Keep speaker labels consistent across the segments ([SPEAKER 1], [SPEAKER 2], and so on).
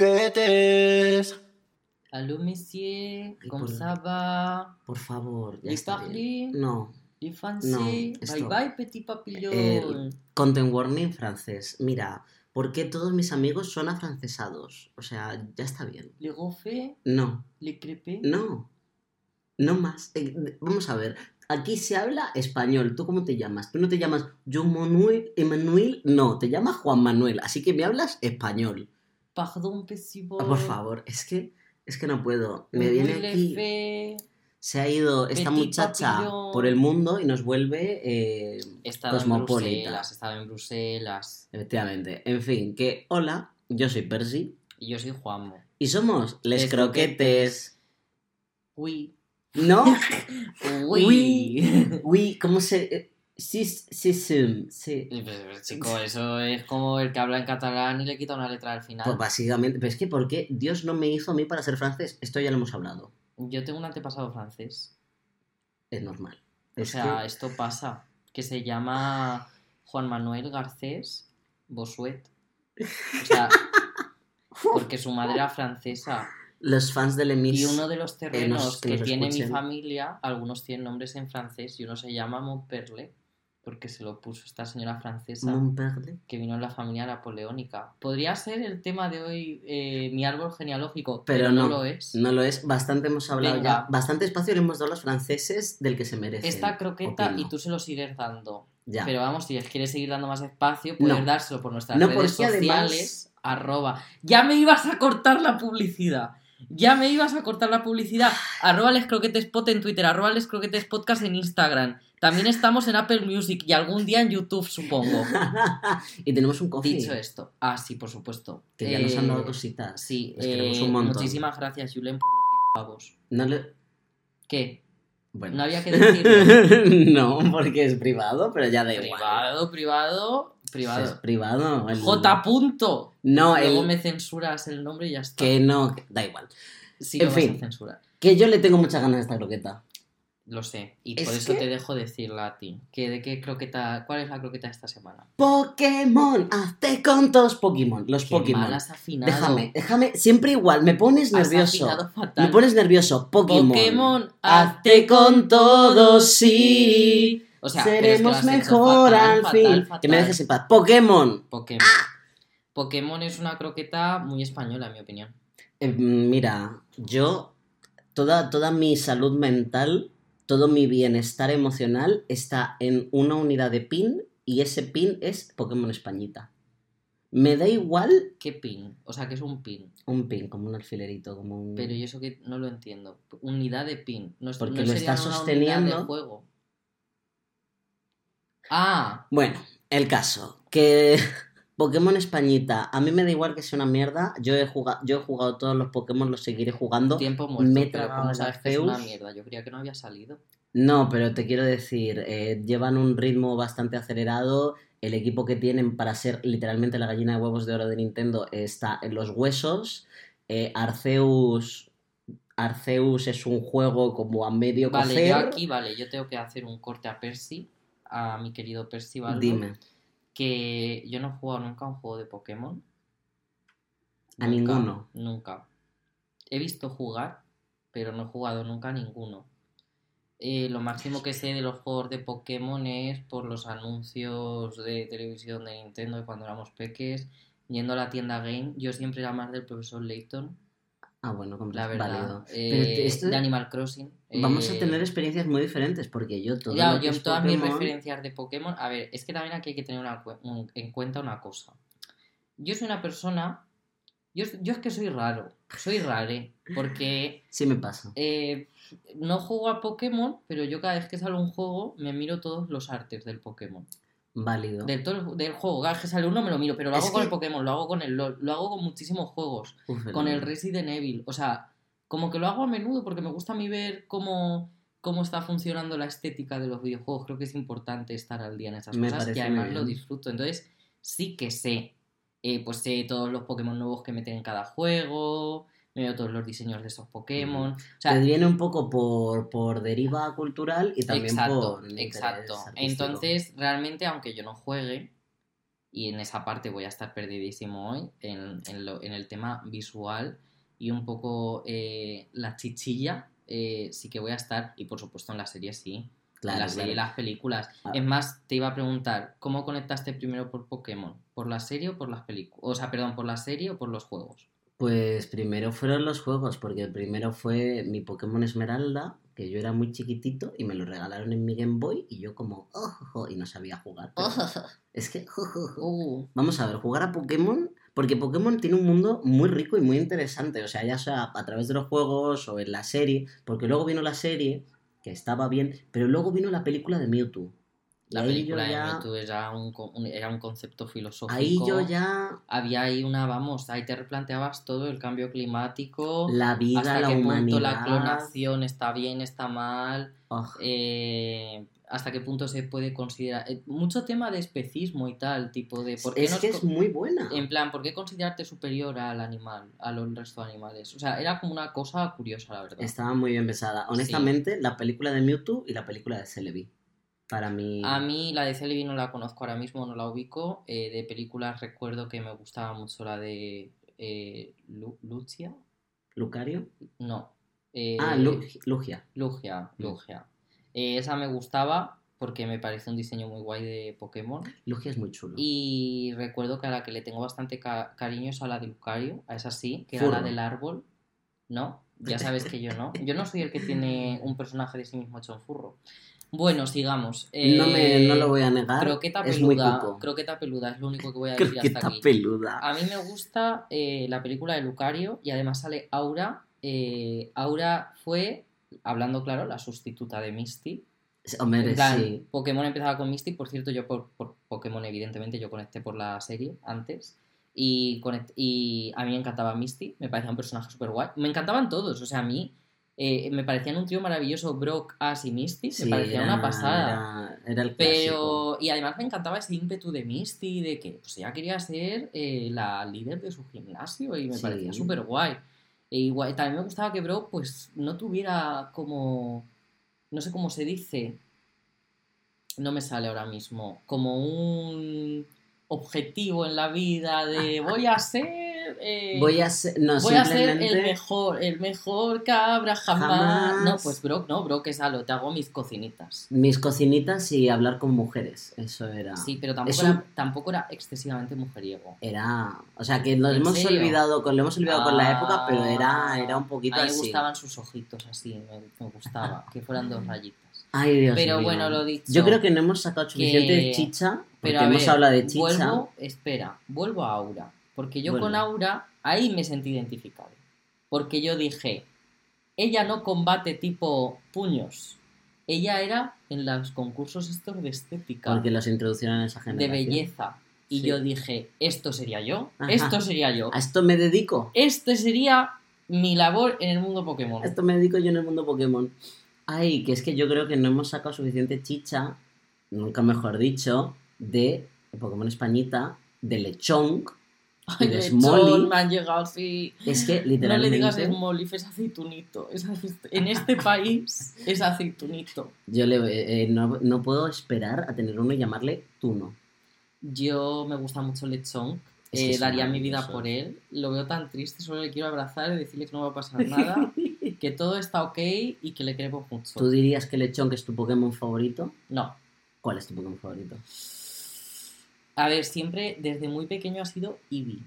[SPEAKER 1] croquetes.
[SPEAKER 2] Allô, monsieur,
[SPEAKER 3] Ay,
[SPEAKER 2] ¿cómo
[SPEAKER 3] por-
[SPEAKER 2] ça va?
[SPEAKER 3] Por favor, pues, ya
[SPEAKER 2] ¿Y
[SPEAKER 3] está bien.
[SPEAKER 2] Parly?
[SPEAKER 3] No.
[SPEAKER 2] ¿Y
[SPEAKER 3] No,
[SPEAKER 2] français? bye
[SPEAKER 3] stop.
[SPEAKER 2] bye, petit papillon.
[SPEAKER 3] Eh, Content warning francés. Mira, ¿por qué todos mis amigos son afrancesados? O sea, ya está bien.
[SPEAKER 2] ¿Le rofe?
[SPEAKER 3] No,
[SPEAKER 2] ¿Le crepé?
[SPEAKER 3] no. No más. Eh, eh, vamos a ver. Aquí se habla español. ¿Tú cómo te llamas? Tú no te llamas John Manuel, Emanuel, no, te llamas Juan Manuel. Así que me hablas español.
[SPEAKER 2] Pardon, petit
[SPEAKER 3] Ah, por favor, es que, es que no puedo. Me
[SPEAKER 2] Muy
[SPEAKER 3] viene
[SPEAKER 2] Oh. le
[SPEAKER 3] aquí.
[SPEAKER 2] fe.
[SPEAKER 3] Se ha ido esta
[SPEAKER 2] Petit
[SPEAKER 3] muchacha
[SPEAKER 2] papillon.
[SPEAKER 3] por el mundo y nos vuelve. eh,
[SPEAKER 2] Estaba
[SPEAKER 3] Cosmopolita.
[SPEAKER 2] en Bruselas, estaba en Bruselas.
[SPEAKER 3] efectivamente. En fin, que hola, yo soy Percy
[SPEAKER 2] Y yo soy Juanmo.
[SPEAKER 3] y somos Les,
[SPEAKER 2] Les
[SPEAKER 3] Croquetes.
[SPEAKER 2] Uy.
[SPEAKER 3] ¿No?
[SPEAKER 2] Uy.
[SPEAKER 3] Uy, ¿cómo se.? eh, Sis, sisum, sí.
[SPEAKER 2] Y, pues, pues, Chico, eso es como el que habla en catalán y le quita una letra al final.
[SPEAKER 3] Pues básicamente, pero es que ¿por qué Dios no me hizo a mí para ser francés? Esto ya lo hemos hablado.
[SPEAKER 2] Yo tengo un antepasado francés.
[SPEAKER 3] Es normal.
[SPEAKER 2] O
[SPEAKER 3] Es
[SPEAKER 2] sea,
[SPEAKER 3] que-
[SPEAKER 2] esto pasa. Que se llama Juan Manuel Garcés Bosuet. O sea, porque su madre era francesa.
[SPEAKER 3] los fans del
[SPEAKER 2] Y
[SPEAKER 3] Emis.
[SPEAKER 2] uno de los terrenos
[SPEAKER 3] que
[SPEAKER 2] que,
[SPEAKER 3] nos
[SPEAKER 2] tiene
[SPEAKER 3] escuchen.
[SPEAKER 2] mi familia, algunos tienen nombres en francés y uno se llama Montperle, porque se lo puso esta señora francesa
[SPEAKER 3] Montpellier.
[SPEAKER 2] que vino en la familia napoleónica. Podría ser el tema de hoy, eh, mi árbol genealógico,
[SPEAKER 3] Pero
[SPEAKER 2] pero, no,
[SPEAKER 3] no.
[SPEAKER 2] lo es.
[SPEAKER 3] No lo es, bastante hemos hablado
[SPEAKER 2] Venga.
[SPEAKER 3] ya, bastante espacio le hemos dado a los franceses del que se merecen.
[SPEAKER 2] Esta croqueta
[SPEAKER 3] opino.
[SPEAKER 2] y tú se lo sigues dando.
[SPEAKER 3] Ya.
[SPEAKER 2] Pero vamos, si les quieres seguir dando más espacio, puedes
[SPEAKER 3] No.
[SPEAKER 2] dárselo por nuestras
[SPEAKER 3] No,
[SPEAKER 2] redes
[SPEAKER 3] porque además-
[SPEAKER 2] sociales. Arroba. Ya me ibas a cortar la publicidad. Ya me ibas a cortar la publicidad. Arroba les croquetes pot en Twitter, arroba les croquetes podcast en Instagram. También estamos en Apple Music y algún día en YouTube, supongo.
[SPEAKER 3] y tenemos un coffee.
[SPEAKER 2] Dicho esto. eh, Ah, sí, por supuesto.
[SPEAKER 3] Que ya nos han dado cositas.
[SPEAKER 2] Sí,
[SPEAKER 3] Los queremos
[SPEAKER 2] eh,
[SPEAKER 3] un montón.
[SPEAKER 2] muchísimas gracias, Julen, por los 10 pavos.
[SPEAKER 3] No le-
[SPEAKER 2] ¿Qué?
[SPEAKER 3] Bueno.
[SPEAKER 2] No había que decirlo.
[SPEAKER 3] no, porque es privado, pero ya da igual.
[SPEAKER 2] privado, privado,
[SPEAKER 3] Es
[SPEAKER 2] privado.
[SPEAKER 3] privado. el-
[SPEAKER 2] J. Punto.
[SPEAKER 3] No,
[SPEAKER 2] Luego
[SPEAKER 3] el...
[SPEAKER 2] me censuras el nombre y ya está.
[SPEAKER 3] que no, que- da igual.
[SPEAKER 2] Sí,
[SPEAKER 3] en
[SPEAKER 2] lo
[SPEAKER 3] fin.
[SPEAKER 2] vas a censurar.
[SPEAKER 3] Que yo le tengo muchas ganas a esta croqueta.
[SPEAKER 2] Lo sé. Y
[SPEAKER 3] Es
[SPEAKER 2] por eso
[SPEAKER 3] que-
[SPEAKER 2] te dejo decirla a ti. Que de qué croqueta. ¿Cuál es la croqueta de esta semana?
[SPEAKER 3] Pokémon, hazte con todos Pokémon. Los
[SPEAKER 2] Qué
[SPEAKER 3] Pokémon.
[SPEAKER 2] mal has afinado.
[SPEAKER 3] Déjame, déjame, siempre igual, me pones
[SPEAKER 2] Has
[SPEAKER 3] nervioso.
[SPEAKER 2] afinado fatal.
[SPEAKER 3] Me pones nervioso, Pokémon. Ah,
[SPEAKER 2] Pokémon,
[SPEAKER 3] hazte con todos, sí.
[SPEAKER 2] O sea, pero es que lo
[SPEAKER 3] Seremos
[SPEAKER 2] has hecho
[SPEAKER 3] mejor
[SPEAKER 2] fatal,
[SPEAKER 3] al
[SPEAKER 2] fatal,
[SPEAKER 3] fin.
[SPEAKER 2] fatal.
[SPEAKER 3] Que me dejes en paz. Pokémon.
[SPEAKER 2] Pokémon. Pokémon es una croqueta muy española, en mi opinión.
[SPEAKER 3] Eh, mira, yo, toda, toda mi salud mental, todo mi bienestar emocional está en una unidad de pin y ese pin es Pokémon Españita. Me da igual
[SPEAKER 2] ¿Qué pin? O sea, que es un pin.
[SPEAKER 3] un pin, como un alfilerito, como un...
[SPEAKER 2] Pero yo eso que no lo entiendo. Unidad de pin. No, es-
[SPEAKER 3] Mm. Porque
[SPEAKER 2] no
[SPEAKER 3] lo
[SPEAKER 2] sería
[SPEAKER 3] estás
[SPEAKER 2] una unidad
[SPEAKER 3] sosteniendo.
[SPEAKER 2] de juego. Ah,
[SPEAKER 3] Bueno, el caso, que Pokémon Españita, a mí me da igual que sea una mierda, yo he jugado, yo he jugado todos los Pokémon, los seguiré jugando.
[SPEAKER 2] tiempo muerto,
[SPEAKER 3] me he
[SPEAKER 2] pero
[SPEAKER 3] tragado
[SPEAKER 2] como
[SPEAKER 3] el
[SPEAKER 2] sabes que es una
[SPEAKER 3] Arceus.
[SPEAKER 2] mierda, yo creía que no había salido.
[SPEAKER 3] No, pero te quiero decir, eh, llevan un ritmo bastante acelerado, el equipo que tienen para ser literalmente la gallina de huevos de oro de Nintendo está en los huesos, eh, Arceus... Arceus es un juego como a medio
[SPEAKER 2] Vale,
[SPEAKER 3] cocer.
[SPEAKER 2] yo aquí, vale, yo tengo que hacer un corte a Percy, a mi querido Percy Balbo,
[SPEAKER 3] Dime,
[SPEAKER 2] que yo no he jugado nunca a un juego de Pokémon.
[SPEAKER 3] A
[SPEAKER 2] Nunca,
[SPEAKER 3] ninguno.
[SPEAKER 2] Nunca. He visto jugar, pero no he jugado nunca a ninguno. Eh, lo máximo que sé de los juegos de Pokémon es por los anuncios de televisión de Nintendo de cuando éramos peques, yendo a la tienda Game. Yo siempre era más del profesor Layton,
[SPEAKER 3] ah bueno,
[SPEAKER 2] la
[SPEAKER 3] compre-
[SPEAKER 2] verdad.
[SPEAKER 3] válido.
[SPEAKER 2] Eh,
[SPEAKER 3] Pero esto-
[SPEAKER 2] De Animal Crossing.
[SPEAKER 3] Vamos a
[SPEAKER 2] eh,
[SPEAKER 3] tener experiencias muy diferentes porque yo todo
[SPEAKER 2] ya,
[SPEAKER 3] lo que
[SPEAKER 2] yo
[SPEAKER 3] es
[SPEAKER 2] en todas mis
[SPEAKER 3] Pokémon-
[SPEAKER 2] referencias de Pokémon, a ver, es que también aquí hay que tener una cu- un- en cuenta una cosa. Yo soy una persona, yo, es- yo es que soy raro, soy rare, porque
[SPEAKER 3] Sí me pasa.
[SPEAKER 2] eh, no juego a Pokémon, pero yo cada vez que sale un juego me miro todos los artes del Pokémon.
[SPEAKER 3] Válido.
[SPEAKER 2] Del, todo el- del juego, cada vez que sale uno me lo miro, pero lo
[SPEAKER 3] Es
[SPEAKER 2] hago con
[SPEAKER 3] que-
[SPEAKER 2] el Pokémon, lo hago con el LOL, lo hago con muchísimos juegos
[SPEAKER 3] Uf,
[SPEAKER 2] con el Resident Evil. O sea, como que lo hago a menudo porque me gusta a mí ver cómo, cómo está funcionando la estética de los videojuegos. Creo que es importante estar al día en esas
[SPEAKER 3] Me
[SPEAKER 2] cosas y
[SPEAKER 3] parece
[SPEAKER 2] además
[SPEAKER 3] muy
[SPEAKER 2] lo
[SPEAKER 3] bien.
[SPEAKER 2] disfruto. Entonces, sí que sé. eh, pues sé todos los Pokémon nuevos que meten en cada juego. Me veo todos los diseños de esos Pokémon. O sea,
[SPEAKER 3] Mm. Te viene un poco por, por deriva cultural y también
[SPEAKER 2] exacto,
[SPEAKER 3] por. interés
[SPEAKER 2] exacto.
[SPEAKER 3] artístico.
[SPEAKER 2] Entonces, realmente, aunque yo no juegue, y en esa parte voy a estar perdidísimo hoy en, en, lo, en el tema visual y un poco eh, la chichilla eh, sí que voy a estar y por supuesto en las series sí.
[SPEAKER 3] Claro,
[SPEAKER 2] en las
[SPEAKER 3] claro.
[SPEAKER 2] series, las películas.
[SPEAKER 3] Ah.
[SPEAKER 2] Es más, te iba a preguntar, ¿cómo conectaste primero por Pokémon? ¿Por la serie o por las películas? O sea, perdón, por la serie o por los juegos.
[SPEAKER 3] Pues primero fueron los juegos, porque el primero fue mi Pokémon Esmeralda, que yo era muy chiquitito y me lo regalaron en mi Game Boy y yo como, oh, oh, oh", y no sabía jugar. pero Es que, "Oh, oh, oh".
[SPEAKER 2] Uh,
[SPEAKER 3] Vamos a ver, jugar a Pokémon, porque Pokémon tiene un mundo muy rico y muy interesante, o sea, ya sea a través de los juegos o en la serie, porque luego vino la serie, que estaba bien, pero luego vino la película de Mewtwo. Y
[SPEAKER 2] la
[SPEAKER 3] ahí yo
[SPEAKER 2] película
[SPEAKER 3] ya-
[SPEAKER 2] de Mewtwo era un, co- un- era un concepto filosófico.
[SPEAKER 3] Ahí yo ya...
[SPEAKER 2] Había ahí una, vamos, ahí te replanteabas todo, el cambio climático,
[SPEAKER 3] La vida,
[SPEAKER 2] hasta
[SPEAKER 3] la
[SPEAKER 2] qué punto
[SPEAKER 3] humanidad...
[SPEAKER 2] la clonación está bien, está mal,
[SPEAKER 3] oh.
[SPEAKER 2] eh, hasta qué punto se puede considerar... eh, mucho tema de especismo y tal, tipo de... ¿por qué
[SPEAKER 3] Es
[SPEAKER 2] nos
[SPEAKER 3] que
[SPEAKER 2] co-
[SPEAKER 3] es muy buena.
[SPEAKER 2] En plan, ¿por qué considerarte superior al animal, a los resto de animales? O sea, era como una cosa curiosa, la verdad.
[SPEAKER 3] Estaba muy bien pensada. Honestamente, la película de Mewtwo y la película de Celebi. Para mí.
[SPEAKER 2] A mí la de Celebi no la conozco ahora mismo, no la ubico. Eh, de películas recuerdo que me gustaba mucho la de eh, Lu- Lucia.
[SPEAKER 3] ¿Lucario?
[SPEAKER 2] No. Eh,
[SPEAKER 3] Ah, Lu- Lugia.
[SPEAKER 2] Lugia,
[SPEAKER 3] Mm.
[SPEAKER 2] Lugia. Eh, esa me gustaba porque me parece un diseño muy guay de Pokémon.
[SPEAKER 3] Lugia es muy chulo.
[SPEAKER 2] Y recuerdo que a la que le tengo bastante ca- cariño es a la de Lucario, a esa sí, que era
[SPEAKER 3] Furro.
[SPEAKER 2] la del árbol. No, ya sabes que yo no. Yo no soy el que tiene un personaje de sí mismo hecho un furro. Bueno, sigamos.
[SPEAKER 3] no, me,
[SPEAKER 2] Eh,
[SPEAKER 3] no lo voy a negar.
[SPEAKER 2] Croqueta
[SPEAKER 3] es muy
[SPEAKER 2] peluda,
[SPEAKER 3] cuco.
[SPEAKER 2] croqueta peluda, es lo único que voy a decir hasta
[SPEAKER 3] Croqueta
[SPEAKER 2] aquí. Ah,
[SPEAKER 3] peluda.
[SPEAKER 2] A mí me gusta eh, la película de Lucario y además sale Aura. Eh, Aura fue, hablando claro, la sustituta de Misty.
[SPEAKER 3] Hombre,
[SPEAKER 2] En plan,
[SPEAKER 3] sí.
[SPEAKER 2] Pokémon empezaba con Misty, por cierto, yo por, por Pokémon evidentemente yo conecté por la serie antes y, conect- y a mí me encantaba Misty, me parecía un personaje súper guay. Me encantaban todos, o sea, a mí eh, me parecían un trío maravilloso Brock, Ash y Misty,
[SPEAKER 3] sí
[SPEAKER 2] me parecía
[SPEAKER 3] era-
[SPEAKER 2] una pasada.
[SPEAKER 3] Era, era el clásico.
[SPEAKER 2] Pero, y además me encantaba ese ímpetu de Misty, de que pues, ella quería ser eh, la líder de su gimnasio y me
[SPEAKER 3] Sí.
[SPEAKER 2] parecía súper guay. E igual, también me gustaba que Bro pues no tuviera como, no sé cómo se dice, no me sale ahora mismo, como un objetivo en la vida de voy a ser... eh,
[SPEAKER 3] Voy a ser. No,
[SPEAKER 2] Voy a ser
[SPEAKER 3] simplemente.
[SPEAKER 2] el mejor, el mejor cabra jamás.
[SPEAKER 3] Jamás.
[SPEAKER 2] No, pues Brock, no, Brock es algo, te hago mis cocinitas.
[SPEAKER 3] Mis cocinitas y hablar con mujeres. Eso era.
[SPEAKER 2] Sí, pero tampoco,
[SPEAKER 3] Ah, Es un-
[SPEAKER 2] era, tampoco era excesivamente mujeriego.
[SPEAKER 3] Era. O sea, que nos
[SPEAKER 2] ¿En
[SPEAKER 3] hemos
[SPEAKER 2] serio?
[SPEAKER 3] olvidado, con, lo hemos olvidado con la época, pero era, era un
[SPEAKER 2] A
[SPEAKER 3] poquito
[SPEAKER 2] mí me
[SPEAKER 3] así.
[SPEAKER 2] gustaban sus ojitos así, me, me gustaba, que fueran dos rayitas.
[SPEAKER 3] Ay, Dios
[SPEAKER 2] Pero
[SPEAKER 3] mío.
[SPEAKER 2] bueno, lo dicho.
[SPEAKER 3] Yo creo que no hemos sacado suficiente
[SPEAKER 2] que-
[SPEAKER 3] chicha, porque
[SPEAKER 2] Pero a
[SPEAKER 3] hemos
[SPEAKER 2] ver,
[SPEAKER 3] hablado de chicha.
[SPEAKER 2] Vuelvo, espera, vuelvo a Aura. Porque yo con
[SPEAKER 3] Vuelve.
[SPEAKER 2] Aura, ahí me sentí identificado. Porque yo dije, ella no combate tipo puños. Ella era en los concursos estos de estética.
[SPEAKER 3] Porque los introducieron a esa
[SPEAKER 2] de
[SPEAKER 3] generación.
[SPEAKER 2] belleza. Y
[SPEAKER 3] Sí.
[SPEAKER 2] yo dije, esto sería yo,
[SPEAKER 3] Ajá.
[SPEAKER 2] esto sería yo.
[SPEAKER 3] A esto me dedico.
[SPEAKER 2] Este sería mi labor en el mundo Pokémon.
[SPEAKER 3] A esto me dedico yo en el mundo Pokémon. Ay, que es que yo creo que no hemos sacado suficiente chicha, nunca mejor dicho, de Pokémon Españita, de Lechong y
[SPEAKER 2] Ay,
[SPEAKER 3] de
[SPEAKER 2] lechón,
[SPEAKER 3] Smolly.
[SPEAKER 2] me han llegado así.
[SPEAKER 3] Es que
[SPEAKER 2] No le
[SPEAKER 3] literalmente.
[SPEAKER 2] digas Smolly, es aceitunito. es aceit- En este país es aceitunito.
[SPEAKER 3] Yo le, eh, no, no puedo esperar a tener uno y llamarle Tuno.
[SPEAKER 2] Yo me gusta mucho Lechón.
[SPEAKER 3] Es que
[SPEAKER 2] eh,
[SPEAKER 3] es
[SPEAKER 2] daría mi vida
[SPEAKER 3] maravilloso.
[SPEAKER 2] por él. Lo veo tan triste, solo le quiero abrazar y decirle que no va a pasar nada, que todo está ok y que le queremos mucho.
[SPEAKER 3] ¿Tú dirías que Lechong es tu Pokémon favorito?
[SPEAKER 2] No.
[SPEAKER 3] ¿Cuál es tu Pokémon favorito?
[SPEAKER 2] A ver, siempre desde muy pequeño ha sido Eevee.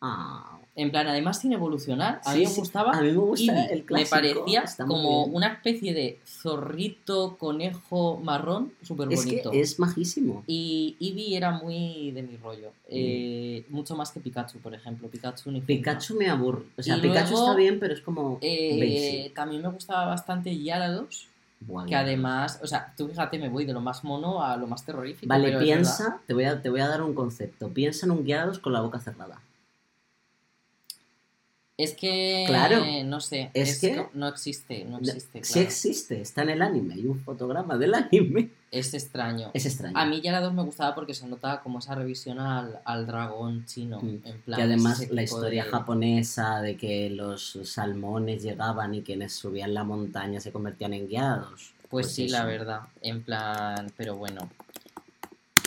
[SPEAKER 3] Ah,
[SPEAKER 2] En plan, además sin evolucionar, a mí
[SPEAKER 3] Sí,
[SPEAKER 2] me
[SPEAKER 3] sí.
[SPEAKER 2] gustaba
[SPEAKER 3] A mí me gusta
[SPEAKER 2] Eevee.
[SPEAKER 3] Pues el clásico.
[SPEAKER 2] me parecía
[SPEAKER 3] está muy
[SPEAKER 2] como
[SPEAKER 3] bien.
[SPEAKER 2] una especie de zorrito, conejo marrón, súper
[SPEAKER 3] Es
[SPEAKER 2] bonito.
[SPEAKER 3] que es majísimo.
[SPEAKER 2] Y Eevee era muy de mi rollo.
[SPEAKER 3] Mm.
[SPEAKER 2] Eh, mucho más que Pikachu, por ejemplo. Pikachu ni fuma.
[SPEAKER 3] Pikachu me aburre. O sea,
[SPEAKER 2] Y
[SPEAKER 3] Pikachu
[SPEAKER 2] luego,
[SPEAKER 3] está bien, pero es como
[SPEAKER 2] Eh,
[SPEAKER 3] basic.
[SPEAKER 2] también me gustaba bastante Gyarados,
[SPEAKER 3] Buah,
[SPEAKER 2] que además, o sea, tú fíjate, me voy de lo más mono a lo más terrorífico.
[SPEAKER 3] Vale,
[SPEAKER 2] pero es verdad.
[SPEAKER 3] piensa, te voy, a, te voy a dar un concepto. Piensa en un Gyarados con la boca cerrada.
[SPEAKER 2] Es que,
[SPEAKER 3] Claro.
[SPEAKER 2] no sé,
[SPEAKER 3] Es que-
[SPEAKER 2] co- no existe, no existe.
[SPEAKER 3] Sí
[SPEAKER 2] claro.
[SPEAKER 3] existe, está en el anime, hay un fotograma del anime.
[SPEAKER 2] Es extraño.
[SPEAKER 3] Es extraño.
[SPEAKER 2] A mí Yara 2 me gustaba porque se notaba como esa revisión al, al dragón chino.
[SPEAKER 3] Mm.
[SPEAKER 2] En plan,
[SPEAKER 3] que además
[SPEAKER 2] ese
[SPEAKER 3] la
[SPEAKER 2] tipo
[SPEAKER 3] historia
[SPEAKER 2] de-
[SPEAKER 3] japonesa de que los salmones llegaban y quienes subían la montaña se convertían en guiados.
[SPEAKER 2] Pues, sí, la
[SPEAKER 3] eso.
[SPEAKER 2] verdad. En plan, pero bueno.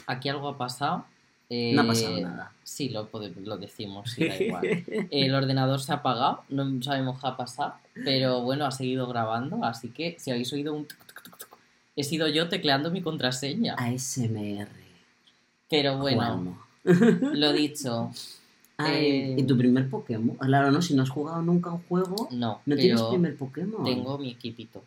[SPEAKER 2] Aquí algo ha pasado. Eh,
[SPEAKER 3] No ha pasado nada.
[SPEAKER 2] Sí, lo, pode- lo decimos, sí, da igual. El ordenador se ha apagado, no sabemos qué ha pasado, pero bueno, ha seguido grabando, así que si habéis oído un... tuc, tuc, tuc, tuc, he sido yo tecleando mi contraseña.
[SPEAKER 3] Ah, ASMR.
[SPEAKER 2] Pero bueno, eh,
[SPEAKER 3] Juanma.
[SPEAKER 2] lo dicho,
[SPEAKER 3] Ay,
[SPEAKER 2] eh,
[SPEAKER 3] Ah, ¿Y tu primer Pokémon? Claro, no, si no has jugado nunca un juego,
[SPEAKER 2] no,
[SPEAKER 3] no tienes
[SPEAKER 2] pero
[SPEAKER 3] primer Pokémon.
[SPEAKER 2] tengo mi equipito.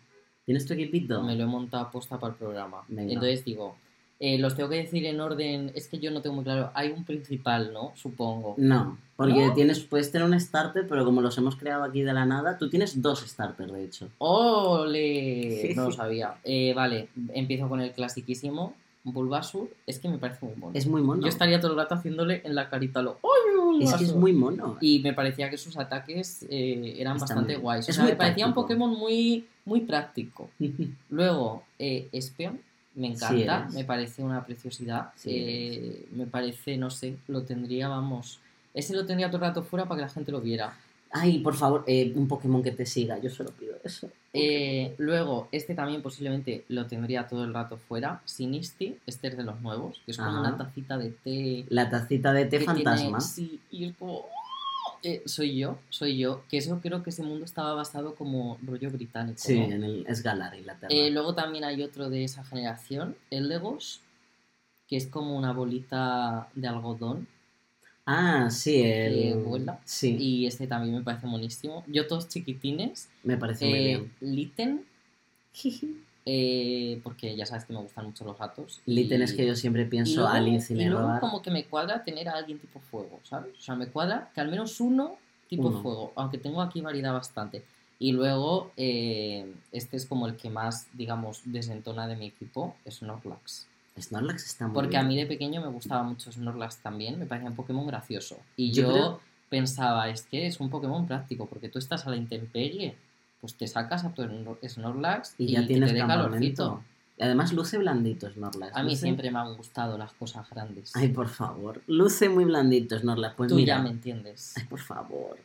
[SPEAKER 3] ¿Tienes tu equipito?
[SPEAKER 2] Me lo he montado aposta para el programa.
[SPEAKER 3] Venga.
[SPEAKER 2] Entonces digo, eh, los tengo que decir en orden, es que yo no tengo muy claro, hay un principal, ¿no? Supongo.
[SPEAKER 3] No, porque tienes, puedes tener un starter, pero como los hemos creado aquí de la nada, tú tienes dos starters, de hecho.
[SPEAKER 2] ¡Ole! No lo sabía. Eh, vale, empiezo con el clasiquísimo Bulbasur. Es que me parece muy mono.
[SPEAKER 3] Es muy mono.
[SPEAKER 2] Yo estaría todo el rato haciéndole en la carita lo ¡Ay,
[SPEAKER 3] Es
[SPEAKER 2] Bulbasaur!
[SPEAKER 3] que es muy mono.
[SPEAKER 2] Y me parecía que sus ataques eh, eran
[SPEAKER 3] Está
[SPEAKER 2] bastante
[SPEAKER 3] muy-
[SPEAKER 2] guays. O
[SPEAKER 3] es
[SPEAKER 2] sea,
[SPEAKER 3] muy
[SPEAKER 2] me parecía un
[SPEAKER 3] práctico.
[SPEAKER 2] Pokémon muy, muy práctico. Luego, eh, Espeon, me encanta,
[SPEAKER 3] eres.
[SPEAKER 2] me parece una preciosidad.
[SPEAKER 3] Sí
[SPEAKER 2] Eh, me parece, no sé, lo tendría, vamos. Ese lo tendría todo el rato fuera para que la gente lo viera.
[SPEAKER 3] Ay, por favor, eh, un Pokémon que te siga, yo solo pido eso.
[SPEAKER 2] Eh, luego, este también posiblemente lo tendría todo el rato fuera. Sinisti, este es de los nuevos, que es como
[SPEAKER 3] Ajá.
[SPEAKER 2] una tacita de té.
[SPEAKER 3] La tacita de té
[SPEAKER 2] que
[SPEAKER 3] fantasma.
[SPEAKER 2] tiene- este sí, y es como. eh, soy yo, soy yo. Que eso creo que ese mundo estaba basado como rollo británico.
[SPEAKER 3] Sí,
[SPEAKER 2] ¿no?
[SPEAKER 3] en el, es Galar, Inglaterra.
[SPEAKER 2] Eh, luego también hay otro de esa generación, el Legos, que es como una bolita de algodón.
[SPEAKER 3] ah, sí, el.
[SPEAKER 2] eh, vuela.
[SPEAKER 3] Sí,
[SPEAKER 2] Y este también me parece buenísimo. Yo todos chiquitines.
[SPEAKER 3] me parece muy
[SPEAKER 2] eh,
[SPEAKER 3] bien.
[SPEAKER 2] Litten, eh, porque ya sabes que me gustan mucho los gatos.
[SPEAKER 3] Litten
[SPEAKER 2] y-
[SPEAKER 3] es que yo siempre
[SPEAKER 2] y
[SPEAKER 3] pienso
[SPEAKER 2] luego-
[SPEAKER 3] al
[SPEAKER 2] Y luego
[SPEAKER 3] incinerador.
[SPEAKER 2] como que me cuadra tener a alguien tipo fuego, ¿sabes? O sea, me cuadra que al menos uno tipo
[SPEAKER 3] Uno.
[SPEAKER 2] fuego, aunque tengo aquí variedad bastante. Y luego, eh, este es como el que más, digamos, desentona de mi equipo, es Snorlax.
[SPEAKER 3] Snorlax está muy
[SPEAKER 2] Porque a
[SPEAKER 3] bien.
[SPEAKER 2] mí de pequeño me gustaba mucho Snorlax también, me parecía un Pokémon gracioso. Y
[SPEAKER 3] Yo
[SPEAKER 2] yo,
[SPEAKER 3] creo-
[SPEAKER 2] pensaba, es que es un Pokémon práctico, porque tú estás a la intemperie, pues te sacas a tu Snor- Snorlax
[SPEAKER 3] Y ya
[SPEAKER 2] que
[SPEAKER 3] tienes
[SPEAKER 2] te dé
[SPEAKER 3] campamento.
[SPEAKER 2] calorcito.
[SPEAKER 3] Y además luce blandito Snorlax.
[SPEAKER 2] A mí
[SPEAKER 3] luce-
[SPEAKER 2] siempre me han gustado las cosas grandes.
[SPEAKER 3] Ay, por favor. Luce muy blandito Snorlax. Pues
[SPEAKER 2] Tú
[SPEAKER 3] mira.
[SPEAKER 2] ya me entiendes.
[SPEAKER 3] Ay, por favor.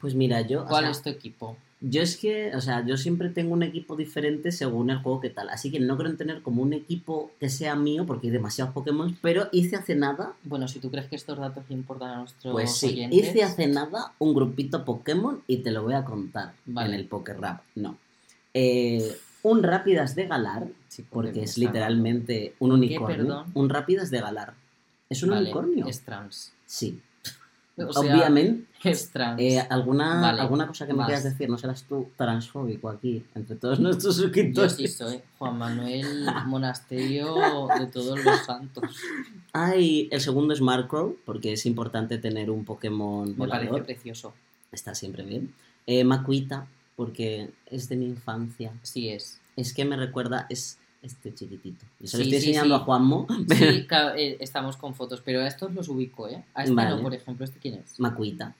[SPEAKER 3] Pues mira, yo. o
[SPEAKER 2] ¿Cuál
[SPEAKER 3] sea,
[SPEAKER 2] es tu equipo?
[SPEAKER 3] Yo es que, o sea, yo siempre tengo un equipo diferente según el juego que tal. Así que no creo en tener como un equipo que sea mío porque hay demasiados Pokémon. Pero hice hace nada,
[SPEAKER 2] Bueno, si tú crees que estos datos le importan a nuestros
[SPEAKER 3] pues sí,
[SPEAKER 2] oyentes,
[SPEAKER 3] hice hace nada un grupito Pokémon y te lo voy a contar
[SPEAKER 2] Vale.
[SPEAKER 3] en el Poker Rap. No. Eh, un Rápidas de Galar,
[SPEAKER 2] sí,
[SPEAKER 3] porque
[SPEAKER 2] me
[SPEAKER 3] es
[SPEAKER 2] está-
[SPEAKER 3] literalmente un
[SPEAKER 2] qué,
[SPEAKER 3] unicornio.
[SPEAKER 2] perdón?
[SPEAKER 3] Un Rápidas de Galar. Es un
[SPEAKER 2] Vale,
[SPEAKER 3] unicornio.
[SPEAKER 2] Es trans.
[SPEAKER 3] Sí.
[SPEAKER 2] O sea,
[SPEAKER 3] Obviamente.
[SPEAKER 2] Es trans.
[SPEAKER 3] Eh, ¿alguna,
[SPEAKER 2] Vale,
[SPEAKER 3] ¿Alguna cosa que me
[SPEAKER 2] más.
[SPEAKER 3] quieras decir? ¿No serás tú transfóbico aquí, entre todos nuestros
[SPEAKER 2] Yo
[SPEAKER 3] suscriptores?
[SPEAKER 2] sí soy Juan Manuel Monasterio de todos los santos.
[SPEAKER 3] Ay, el segundo es Markrow, porque es importante tener un Pokémon
[SPEAKER 2] Me parece
[SPEAKER 3] volador.
[SPEAKER 2] precioso.
[SPEAKER 3] Está siempre bien. Eh, Makuita, porque es de mi infancia.
[SPEAKER 2] Sí es.
[SPEAKER 3] Es que me recuerda, es este chiquitito. Yo se lo
[SPEAKER 2] Sí,
[SPEAKER 3] estoy
[SPEAKER 2] sí,
[SPEAKER 3] enseñando
[SPEAKER 2] sí.
[SPEAKER 3] a Juanmo. pero-
[SPEAKER 2] Sí, claro, eh, estamos con fotos, pero a estos los ubico, ¿eh? A este
[SPEAKER 3] Vale.
[SPEAKER 2] no, por ejemplo, ¿este quién es?
[SPEAKER 3] Makuita.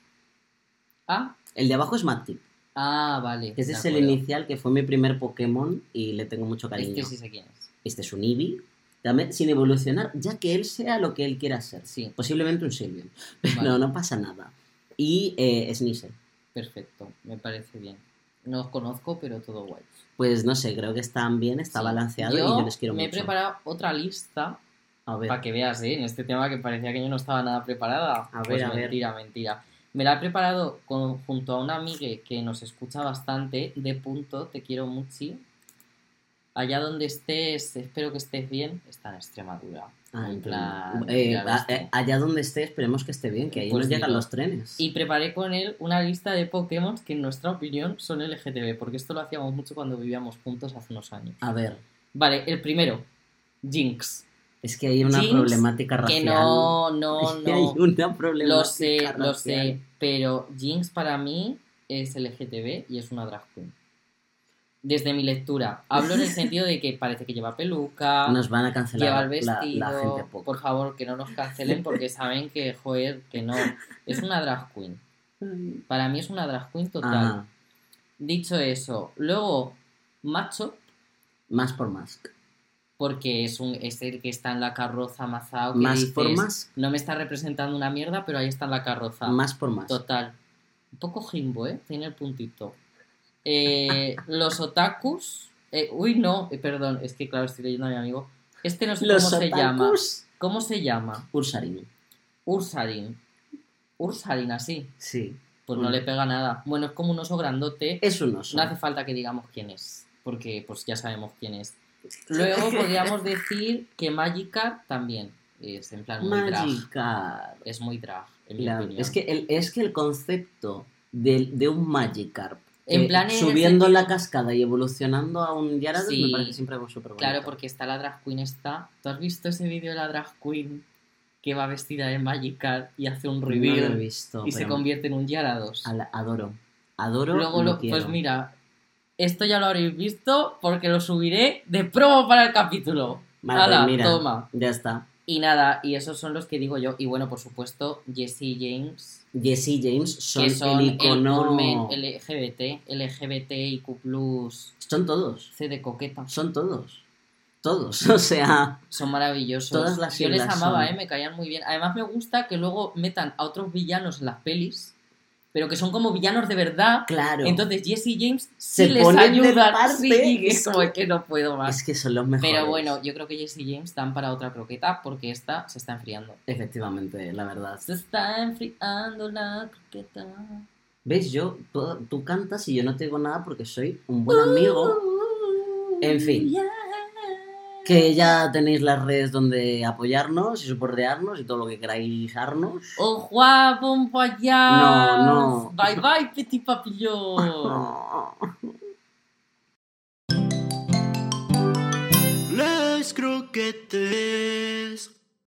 [SPEAKER 2] Ah,
[SPEAKER 3] El de abajo es Maptip,
[SPEAKER 2] ah, vale.
[SPEAKER 3] que ese
[SPEAKER 2] de
[SPEAKER 3] Este es el
[SPEAKER 2] acuerdo.
[SPEAKER 3] inicial, que fue mi primer Pokémon y le tengo mucho cariño.
[SPEAKER 2] Este sí sé quién es.
[SPEAKER 3] Este es un Eevee, también sin evolucionar, ya que él sea lo que él quiera ser.
[SPEAKER 2] Sí,
[SPEAKER 3] Posiblemente un Silvian, pero
[SPEAKER 2] vale,
[SPEAKER 3] no pasa nada. Y eh, Sneasel.
[SPEAKER 2] perfecto, me parece bien. No os conozco, pero todo guay.
[SPEAKER 3] Pues no sé, creo que están bien, está
[SPEAKER 2] Sí.
[SPEAKER 3] balanceado
[SPEAKER 2] yo
[SPEAKER 3] y yo les quiero
[SPEAKER 2] me he
[SPEAKER 3] mucho.
[SPEAKER 2] preparado otra lista
[SPEAKER 3] A ver,
[SPEAKER 2] para que veas, ¿eh? En este tema que parecía que yo no estaba nada preparada.
[SPEAKER 3] A
[SPEAKER 2] Pues
[SPEAKER 3] ver, a ver.
[SPEAKER 2] mentira, mentira. Me la he preparado con- junto a una amiga que nos escucha bastante, de punto, te quiero mucho. Allá donde estés, espero que estés bien. Está en Extremadura.
[SPEAKER 3] ah,
[SPEAKER 2] en
[SPEAKER 3] entiendo.
[SPEAKER 2] plan,
[SPEAKER 3] Eh,
[SPEAKER 2] ya ves
[SPEAKER 3] a- eh,
[SPEAKER 2] tú.
[SPEAKER 3] allá donde esté, esperemos que esté bien, que ahí
[SPEAKER 2] Pues
[SPEAKER 3] nos llegan
[SPEAKER 2] digo.
[SPEAKER 3] los trenes.
[SPEAKER 2] Y preparé con él una lista de Pokémon que en nuestra opinión son LGTB, porque esto lo hacíamos mucho cuando vivíamos juntos hace unos años.
[SPEAKER 3] A ver,
[SPEAKER 2] Vale, el primero, Jinx.
[SPEAKER 3] es que hay una
[SPEAKER 2] Jinx,
[SPEAKER 3] problemática racial.
[SPEAKER 2] Que no, no,
[SPEAKER 3] Es que hay
[SPEAKER 2] no.
[SPEAKER 3] una problemática
[SPEAKER 2] Lo sé, lo
[SPEAKER 3] racial.
[SPEAKER 2] sé. Pero Jinx para mí es LGTB y es una drag queen. Desde mi lectura. Hablo en el sentido de que parece que lleva peluca,
[SPEAKER 3] Nos van
[SPEAKER 2] lleva
[SPEAKER 3] a
[SPEAKER 2] el
[SPEAKER 3] cancelar la,
[SPEAKER 2] vestido.
[SPEAKER 3] la gente poco.
[SPEAKER 2] Por favor, que no nos cancelen porque saben que, joder, que no. Es una drag queen. Para mí es una drag queen total.
[SPEAKER 3] Ajá,
[SPEAKER 2] Dicho eso, luego, macho,
[SPEAKER 3] Más por más.
[SPEAKER 2] porque es, un, es el que está en la carroza amazado. que
[SPEAKER 3] Más
[SPEAKER 2] dices,
[SPEAKER 3] por más.
[SPEAKER 2] No me está representando una mierda, pero ahí está en la carroza.
[SPEAKER 3] Más por más.
[SPEAKER 2] Total. Un poco jimbo, ¿eh? Tiene el puntito. Eh, los otakus. eh, uy, no, eh, perdón, es que claro, estoy leyendo a mi amigo. Este no sé cómo se llama.
[SPEAKER 3] otakus,
[SPEAKER 2] ¿Cómo se llama?
[SPEAKER 3] Ursaring.
[SPEAKER 2] Ursarin. Ursarin así.
[SPEAKER 3] Sí.
[SPEAKER 2] Pues no
[SPEAKER 3] Mm.
[SPEAKER 2] le pega nada. Bueno, es como un oso grandote.
[SPEAKER 3] Es un oso.
[SPEAKER 2] No hace falta que digamos quién es, porque pues ya sabemos quién es. Luego podríamos decir que Magikarp también es en plan muy drag.
[SPEAKER 3] Magikarp.
[SPEAKER 2] Es muy drag, en mi
[SPEAKER 3] La-
[SPEAKER 2] opinión.
[SPEAKER 3] es, que el, es que el concepto de, de un Magikarp
[SPEAKER 2] En
[SPEAKER 3] eh,
[SPEAKER 2] plan, en el
[SPEAKER 3] subiendo
[SPEAKER 2] sentido-
[SPEAKER 3] la cascada y evolucionando a un Gyarados
[SPEAKER 2] Sí.
[SPEAKER 3] me parece siempre súper bonito.
[SPEAKER 2] Claro, porque está la drag queen está. ¿Tú has visto ese vídeo de la drag queen que va vestida de Magikarp y hace un
[SPEAKER 3] no lo he
[SPEAKER 2] reveal
[SPEAKER 3] visto.
[SPEAKER 2] y se
[SPEAKER 3] pero
[SPEAKER 2] convierte en un Gyarados?
[SPEAKER 3] al- adoro. Adoro.
[SPEAKER 2] Luego,
[SPEAKER 3] lo
[SPEAKER 2] lo,
[SPEAKER 3] quiero.
[SPEAKER 2] pues mira, esto ya lo habréis visto porque lo subiré de promo para el capítulo.
[SPEAKER 3] Vale, pues
[SPEAKER 2] Ala,
[SPEAKER 3] mira,
[SPEAKER 2] toma.
[SPEAKER 3] Ya está.
[SPEAKER 2] Y nada, y esos son los que digo yo. Y bueno, por supuesto, Jesse James,
[SPEAKER 3] Jesse James son,
[SPEAKER 2] que son
[SPEAKER 3] el
[SPEAKER 2] el,
[SPEAKER 3] icono.
[SPEAKER 2] Turmen LGBT, LGBT y Q+,
[SPEAKER 3] Son todos.
[SPEAKER 2] C de coqueta.
[SPEAKER 3] Son todos. Todos. O sea,
[SPEAKER 2] Son maravillosos.
[SPEAKER 3] Todas las
[SPEAKER 2] Yo les
[SPEAKER 3] siglas
[SPEAKER 2] amaba,
[SPEAKER 3] son.
[SPEAKER 2] eh, me caían muy bien. Además me gusta que luego metan a otros villanos en las pelis, pero que son como villanos de verdad.
[SPEAKER 3] claro.
[SPEAKER 2] Entonces Jesse James sí
[SPEAKER 3] Se
[SPEAKER 2] les
[SPEAKER 3] ponen de
[SPEAKER 2] ayuda.
[SPEAKER 3] parte,
[SPEAKER 2] sí, y
[SPEAKER 3] es
[SPEAKER 2] es como que no puedo más.
[SPEAKER 3] es que son los mejores.
[SPEAKER 2] Pero bueno, yo creo que Jesse James dan para otra croqueta porque esta se está enfriando.
[SPEAKER 3] Efectivamente, la verdad.
[SPEAKER 2] Se está enfriando la croqueta.
[SPEAKER 3] ¿Ves? Yo, tú, tú cantas y yo no te digo nada porque soy un buen amigo. En fin.
[SPEAKER 2] Yeah.
[SPEAKER 3] Que ya tenéis las redes donde apoyarnos y soportearnos y todo lo que queráis darnos.
[SPEAKER 2] Au revoir, bon voyage.
[SPEAKER 3] No, no.
[SPEAKER 2] Bye bye, petit papillon.
[SPEAKER 1] Les croquettes